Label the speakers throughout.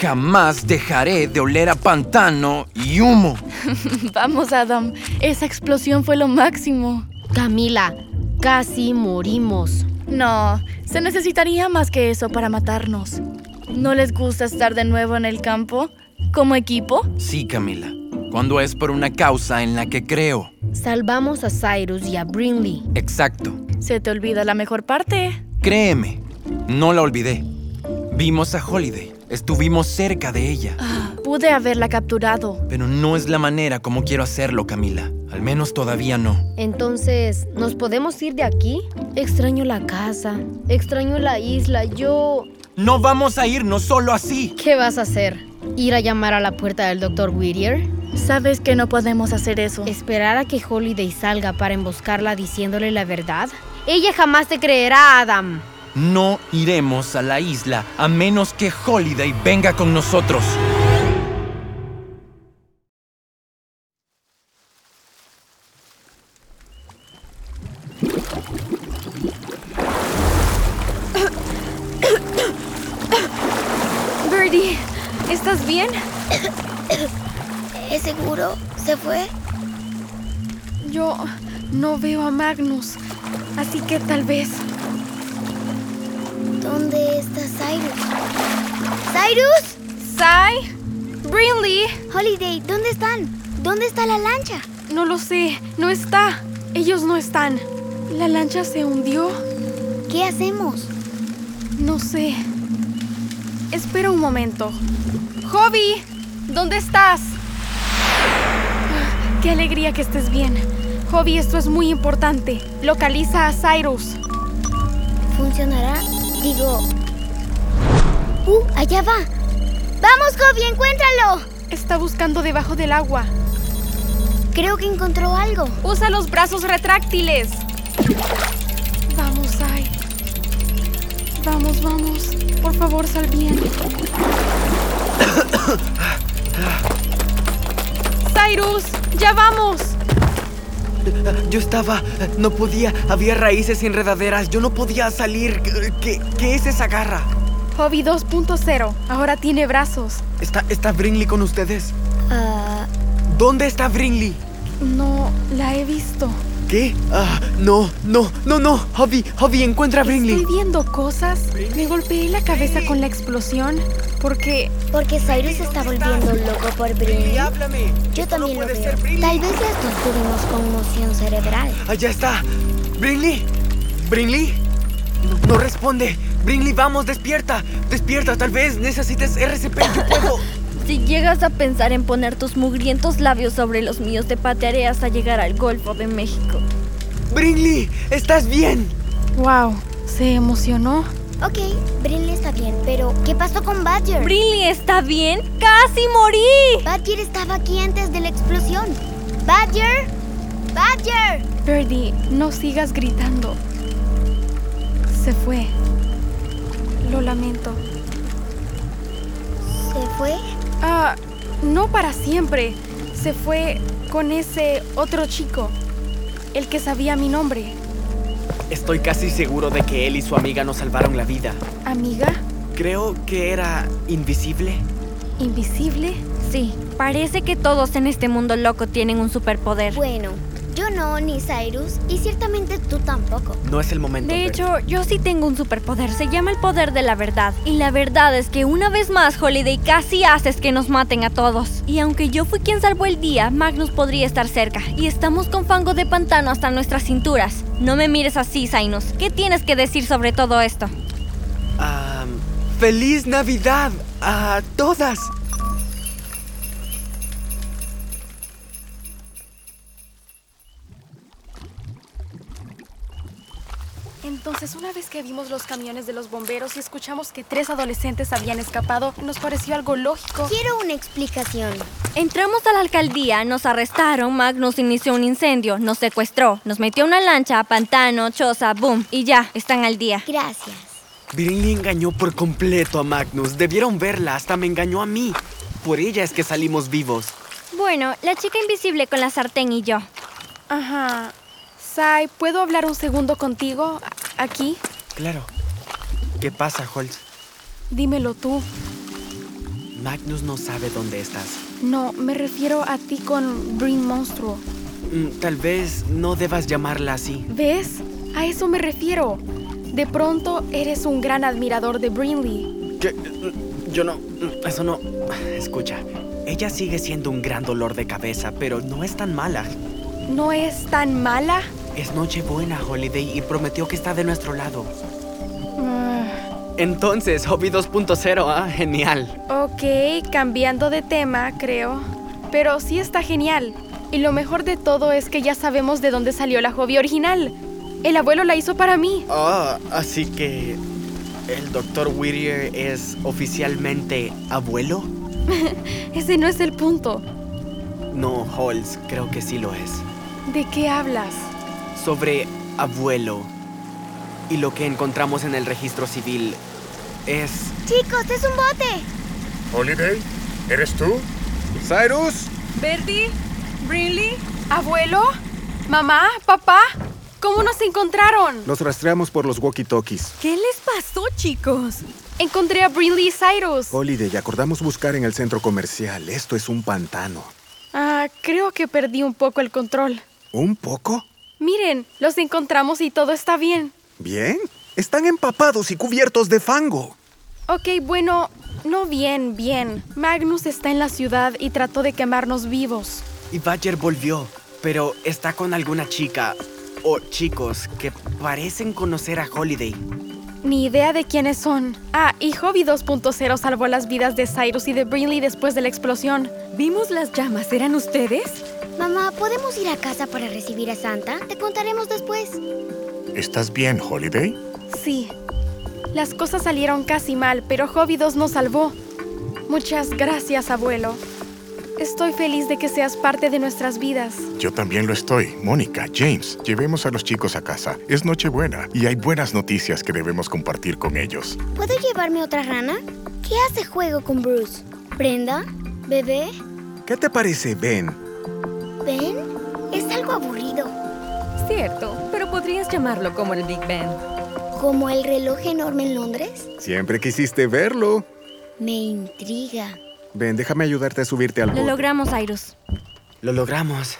Speaker 1: Jamás dejaré de oler a pantano y humo.
Speaker 2: Vamos, Adam. Esa explosión fue lo máximo.
Speaker 3: Camila, casi morimos.
Speaker 2: No, se necesitaría más que eso para matarnos. ¿No les gusta estar de nuevo en el campo? ¿Como equipo?
Speaker 1: Sí, Camila. Cuando es por una causa en la que creo.
Speaker 3: Salvamos a Cyrus y a Brinley.
Speaker 1: Exacto.
Speaker 2: Se te olvida la mejor parte.
Speaker 1: Créeme, no la olvidé. Vimos a Holiday. Estuvimos cerca de ella.
Speaker 2: Pude haberla capturado.
Speaker 1: Pero no es la manera como quiero hacerlo, Camila. Al menos todavía no.
Speaker 3: Entonces, ¿nos podemos ir de aquí? Extraño la casa, extraño la isla, yo...
Speaker 1: No vamos a irnos solo así.
Speaker 3: ¿Qué vas a hacer? ¿Ir a llamar a la puerta del Dr. Whittier?
Speaker 2: Sabes que no podemos hacer eso.
Speaker 4: Eh,
Speaker 3: ¿Esperar a que Holiday salga para emboscarla diciéndole la verdad? Ella jamás te creerá, Adam.
Speaker 1: No iremos a la isla a menos que Holiday venga con nosotros.
Speaker 4: Birdie, ¿estás bien?
Speaker 5: ¿Es seguro? ¿Se fue?
Speaker 4: Yo no veo a Magnus, así que tal vez.
Speaker 5: ¿Dónde está Cyrus? ¡Cyrus!
Speaker 4: ¿Sai? ¿Brinley?
Speaker 5: Holiday, ¿dónde están? ¿Dónde está la lancha?
Speaker 4: No lo sé, no está. Ellos no están. ¿La lancha se hundió?
Speaker 5: ¿Qué hacemos?
Speaker 4: No sé. Espera un momento. ¡Hobby! ¿Dónde estás? Ah, ¡Qué alegría que estés bien! Hobby, esto es muy importante. Localiza a Cyrus.
Speaker 5: ¿Funcionará? Digo... ¡Uh! ¡Allá va! ¡Vamos, Hobby! ¡Encuéntralo!
Speaker 4: Está buscando debajo del agua.
Speaker 5: Creo que encontró algo.
Speaker 4: Usa los brazos retráctiles. Vamos, Sai. Vamos, vamos. Por favor, sal bien. Cyrus, Pues, ya vamos.
Speaker 6: Yo estaba... No podía. Había raíces enredaderas. Yo no podía salir. ¿Qué, qué es esa garra?
Speaker 4: Hobby 2.0. Ahora tiene brazos.
Speaker 6: ¿Está, ¿Está Brinley con ustedes?
Speaker 5: Ah,
Speaker 6: ¿Dónde está Brinley?
Speaker 4: No la he visto.
Speaker 6: ¿Qué? Ah, no, no, no, no. Hobby, Hobby, encuentra a Brinley.
Speaker 4: Estoy viendo cosas. Me golpeé la cabeza con la explosión porque
Speaker 5: porque Cyrus está volviendo loco por Brinley.
Speaker 6: háblame.
Speaker 5: Yo también lo veo. Tal vez las dos tuvimos conmoción cerebral.
Speaker 6: Allá está. Brinley. Brinley. No, no responde. Brinley, vamos, despierta. Despierta, tal vez necesites RCP. Yo puedo.
Speaker 7: Si llegas a pensar en poner tus mugrientos labios sobre los míos, te patearé hasta llegar al Golfo de México.
Speaker 6: Brinley, ¿estás bien?
Speaker 4: Wow, se emocionó.
Speaker 5: Ok, Brinley está bien, pero ¿qué pasó con Badger?
Speaker 7: Brinley, ¿está bien? ¡Casi morí!
Speaker 5: Badger estaba aquí antes de la explosión. Badger, Badger.
Speaker 4: Birdie, no sigas gritando. Se fue. Lo lamento.
Speaker 5: ¿Se fue?
Speaker 4: Ah, no para siempre. Se fue con ese otro chico, el que sabía mi nombre.
Speaker 6: Estoy casi seguro de que él y su amiga nos salvaron la vida.
Speaker 4: ¿Amiga?
Speaker 6: Creo que era invisible.
Speaker 4: ¿Invisible?
Speaker 7: Sí, parece que todos en este mundo loco tienen un superpoder.
Speaker 5: Bueno, yo no, ni Cyrus, y ciertamente tú tampoco.
Speaker 6: No es el momento.
Speaker 7: De
Speaker 6: Bert.
Speaker 7: hecho, yo sí tengo un superpoder, se llama el poder de la verdad. Y la verdad es que una vez más, Holiday, casi haces que nos maten a todos. Y aunque yo fui quien salvó el día, Magnus podría estar cerca. Y estamos con fango de pantano hasta nuestras cinturas. No me mires así, Sinus. ¿Qué tienes que decir sobre todo esto?
Speaker 6: Ah, ¡Feliz Navidad a todas!
Speaker 4: Entonces, una vez que vimos los camiones de los bomberos y escuchamos que tres adolescentes habían escapado, nos pareció algo lógico.
Speaker 5: Quiero una explicación.
Speaker 7: Entramos a la alcaldía, nos arrestaron, Magnus inició un incendio, nos secuestró, nos metió a una lancha, pantano, choza, boom, y ya, están al día.
Speaker 5: Gracias.
Speaker 6: Brinley engañó por completo a Magnus. Debieron verla, hasta me engañó a mí. Por ella es que salimos vivos.
Speaker 7: Bueno, la chica invisible con la sartén y yo.
Speaker 4: Ajá. Sai, ¿puedo hablar un segundo contigo? A- ¿Aquí?
Speaker 6: Claro. ¿Qué pasa, Holtz?
Speaker 4: Dímelo tú.
Speaker 6: Magnus no sabe dónde estás.
Speaker 4: No, me refiero a ti con Brin Monstruo.
Speaker 6: Mm, Tal vez no debas llamarla así.
Speaker 4: ¿Ves? A eso me refiero. De pronto eres un gran admirador de Brinley.
Speaker 6: ¿Qué? Yo no. Eso no. Escucha, ella sigue siendo un gran dolor de cabeza, pero no es tan mala.
Speaker 4: ¿No es tan mala?
Speaker 6: Es Nochebuena, Holiday, y prometió que está de nuestro lado.
Speaker 4: Ah.
Speaker 6: Entonces, Hobby 2.0, ah, genial.
Speaker 4: Ok, cambiando de tema, creo. Pero sí está genial. Y lo mejor de todo es que ya sabemos de dónde salió la hobby original. El abuelo la hizo para mí.
Speaker 6: Ah, así que. ¿El doctor Whittier es oficialmente abuelo?
Speaker 4: Ese no es el punto.
Speaker 6: No, Holmes, creo que sí lo es.
Speaker 4: ¿De qué hablas?
Speaker 6: Sobre abuelo y lo que encontramos en el registro civil es.
Speaker 5: Chicos, es un bote.
Speaker 8: Holiday, ¿eres tú? Cyrus,
Speaker 4: ¿Verdi? ¿Brinley? ¿Abuelo? ¿Mamá? ¿Papá? ¿Cómo nos encontraron?
Speaker 8: los rastreamos por los walkie-talkies.
Speaker 7: ¿Qué les pasó, chicos?
Speaker 4: Encontré a Brinley y Cyrus.
Speaker 8: Holiday, acordamos buscar en el centro comercial. Esto es un pantano.
Speaker 4: Ah, creo que perdí un poco el control.
Speaker 8: ¿Un poco?
Speaker 4: Miren, los encontramos y todo está bien.
Speaker 8: Bien. Están empapados y cubiertos de fango.
Speaker 4: Ok, bueno, no bien, bien. Magnus está en la ciudad y trató de quemarnos vivos.
Speaker 6: Y Badger volvió, pero está con alguna chica o chicos que parecen conocer a Holiday.
Speaker 4: Ni idea de quiénes son. Ah, y Hobby 2.0 salvó las vidas de Cyrus y de Brinley después de la explosión.
Speaker 7: Vimos las llamas, ¿eran ustedes?
Speaker 5: Mamá, ¿podemos ir a casa para recibir a Santa? Te contaremos después.
Speaker 8: ¿Estás bien, Holiday?
Speaker 4: Sí. Las cosas salieron casi mal, pero Hobby 2 nos salvó. Muchas gracias, abuelo. Estoy feliz de que seas parte de nuestras vidas.
Speaker 8: Yo también lo estoy. Mónica, James, llevemos a los chicos a casa. Es Nochebuena y hay buenas noticias que debemos compartir con ellos.
Speaker 5: ¿Puedo llevarme otra rana? ¿Qué hace juego con Bruce? ¿Brenda? ¿Bebé?
Speaker 8: ¿Qué te parece, Ben?
Speaker 5: ¿Ben? Es algo aburrido.
Speaker 7: Cierto, pero podrías llamarlo como el Big Ben.
Speaker 5: ¿Como el reloj enorme en Londres?
Speaker 8: Siempre quisiste verlo.
Speaker 5: Me intriga.
Speaker 8: Ben, déjame ayudarte a subirte al
Speaker 7: Lo
Speaker 8: bote.
Speaker 7: logramos, Cyrus.
Speaker 6: Lo logramos.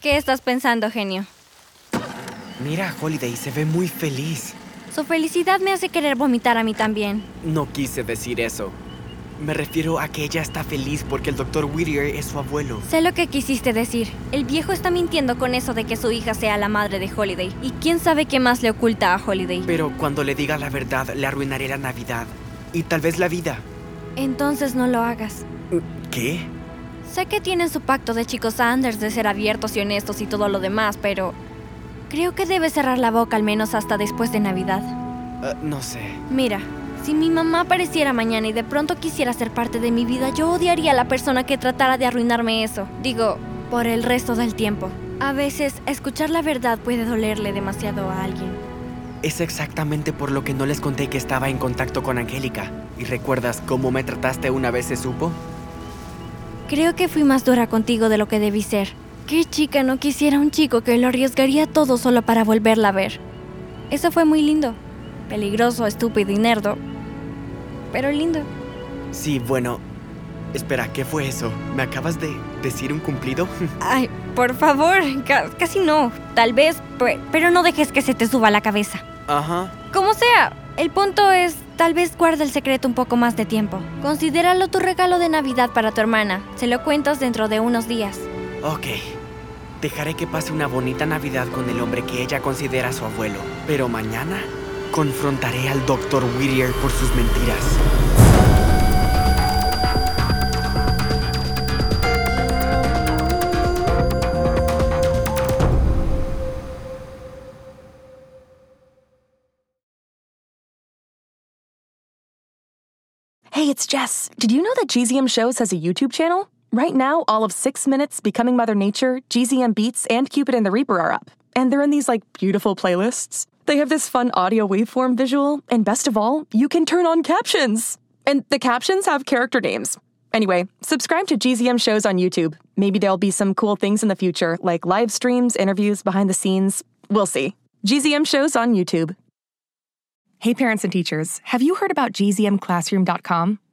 Speaker 7: ¿Qué estás pensando, genio?
Speaker 6: Mira, Holiday se ve muy feliz.
Speaker 7: Su felicidad me hace querer vomitar a mí también.
Speaker 6: No quise decir eso. Me refiero a que ella está feliz porque el doctor Whittier es su abuelo.
Speaker 7: Sé lo que quisiste decir. El viejo está mintiendo con eso de que su hija sea la madre de Holiday. Y quién sabe qué más le oculta a Holiday.
Speaker 6: Pero cuando le diga la verdad, le arruinaré la Navidad. Y tal vez la vida.
Speaker 7: Entonces no lo hagas.
Speaker 6: ¿Qué?
Speaker 7: Sé que tienen su pacto de chicos Sanders de ser abiertos y honestos y todo lo demás, pero creo que debes cerrar la boca al menos hasta después de Navidad.
Speaker 6: Eh, no sé.
Speaker 7: Mira, si mi mamá apareciera mañana y de pronto quisiera ser parte de mi vida, yo odiaría a la persona que tratara de arruinarme eso. Digo, por el resto del tiempo. A veces, escuchar la verdad puede dolerle demasiado a alguien.
Speaker 6: Es exactamente por lo que no les conté que estaba en contacto con Angélica. ¿Y recuerdas cómo me trataste una vez se supo?
Speaker 7: Creo que fui más dura contigo de lo que debí ser. ¿Qué chica no quisiera un chico que lo arriesgaría todo solo para volverla a ver? Eso fue muy lindo. Peligroso, estúpido y nerdo. Pero lindo.
Speaker 6: Sí, bueno, Espera, ¿qué fue eso? ¿Me acabas de decir un cumplido?
Speaker 7: Ay, por favor, ca- casi no. Tal vez, pe- pero no dejes que se te suba a la cabeza.
Speaker 6: Ajá.
Speaker 7: Como sea, el punto es, tal vez guarda el secreto un poco más de tiempo. Considéralo tu regalo de Navidad para tu hermana. Se lo cuentas dentro de unos días.
Speaker 6: Ok. Dejaré que pase una bonita Navidad con el hombre que ella considera su abuelo. Pero mañana confrontaré al Dr. Whittier por sus mentiras.
Speaker 4: Hey, it's Jess. Did you know that GZM Shows has a YouTube channel? Right now, all of Six Minutes, Becoming Mother Nature, GZM Beats, and Cupid and the Reaper are up. And they're in these, like, beautiful playlists. They have this fun audio waveform visual, and best of all, you can turn on captions! And the captions have character names. Anyway, subscribe to GZM Shows on YouTube. Maybe there'll be some cool things in the future, like live streams, interviews, behind the scenes. We'll see. GZM Shows on YouTube. Hey, parents and teachers, have you heard about gzmclassroom.com?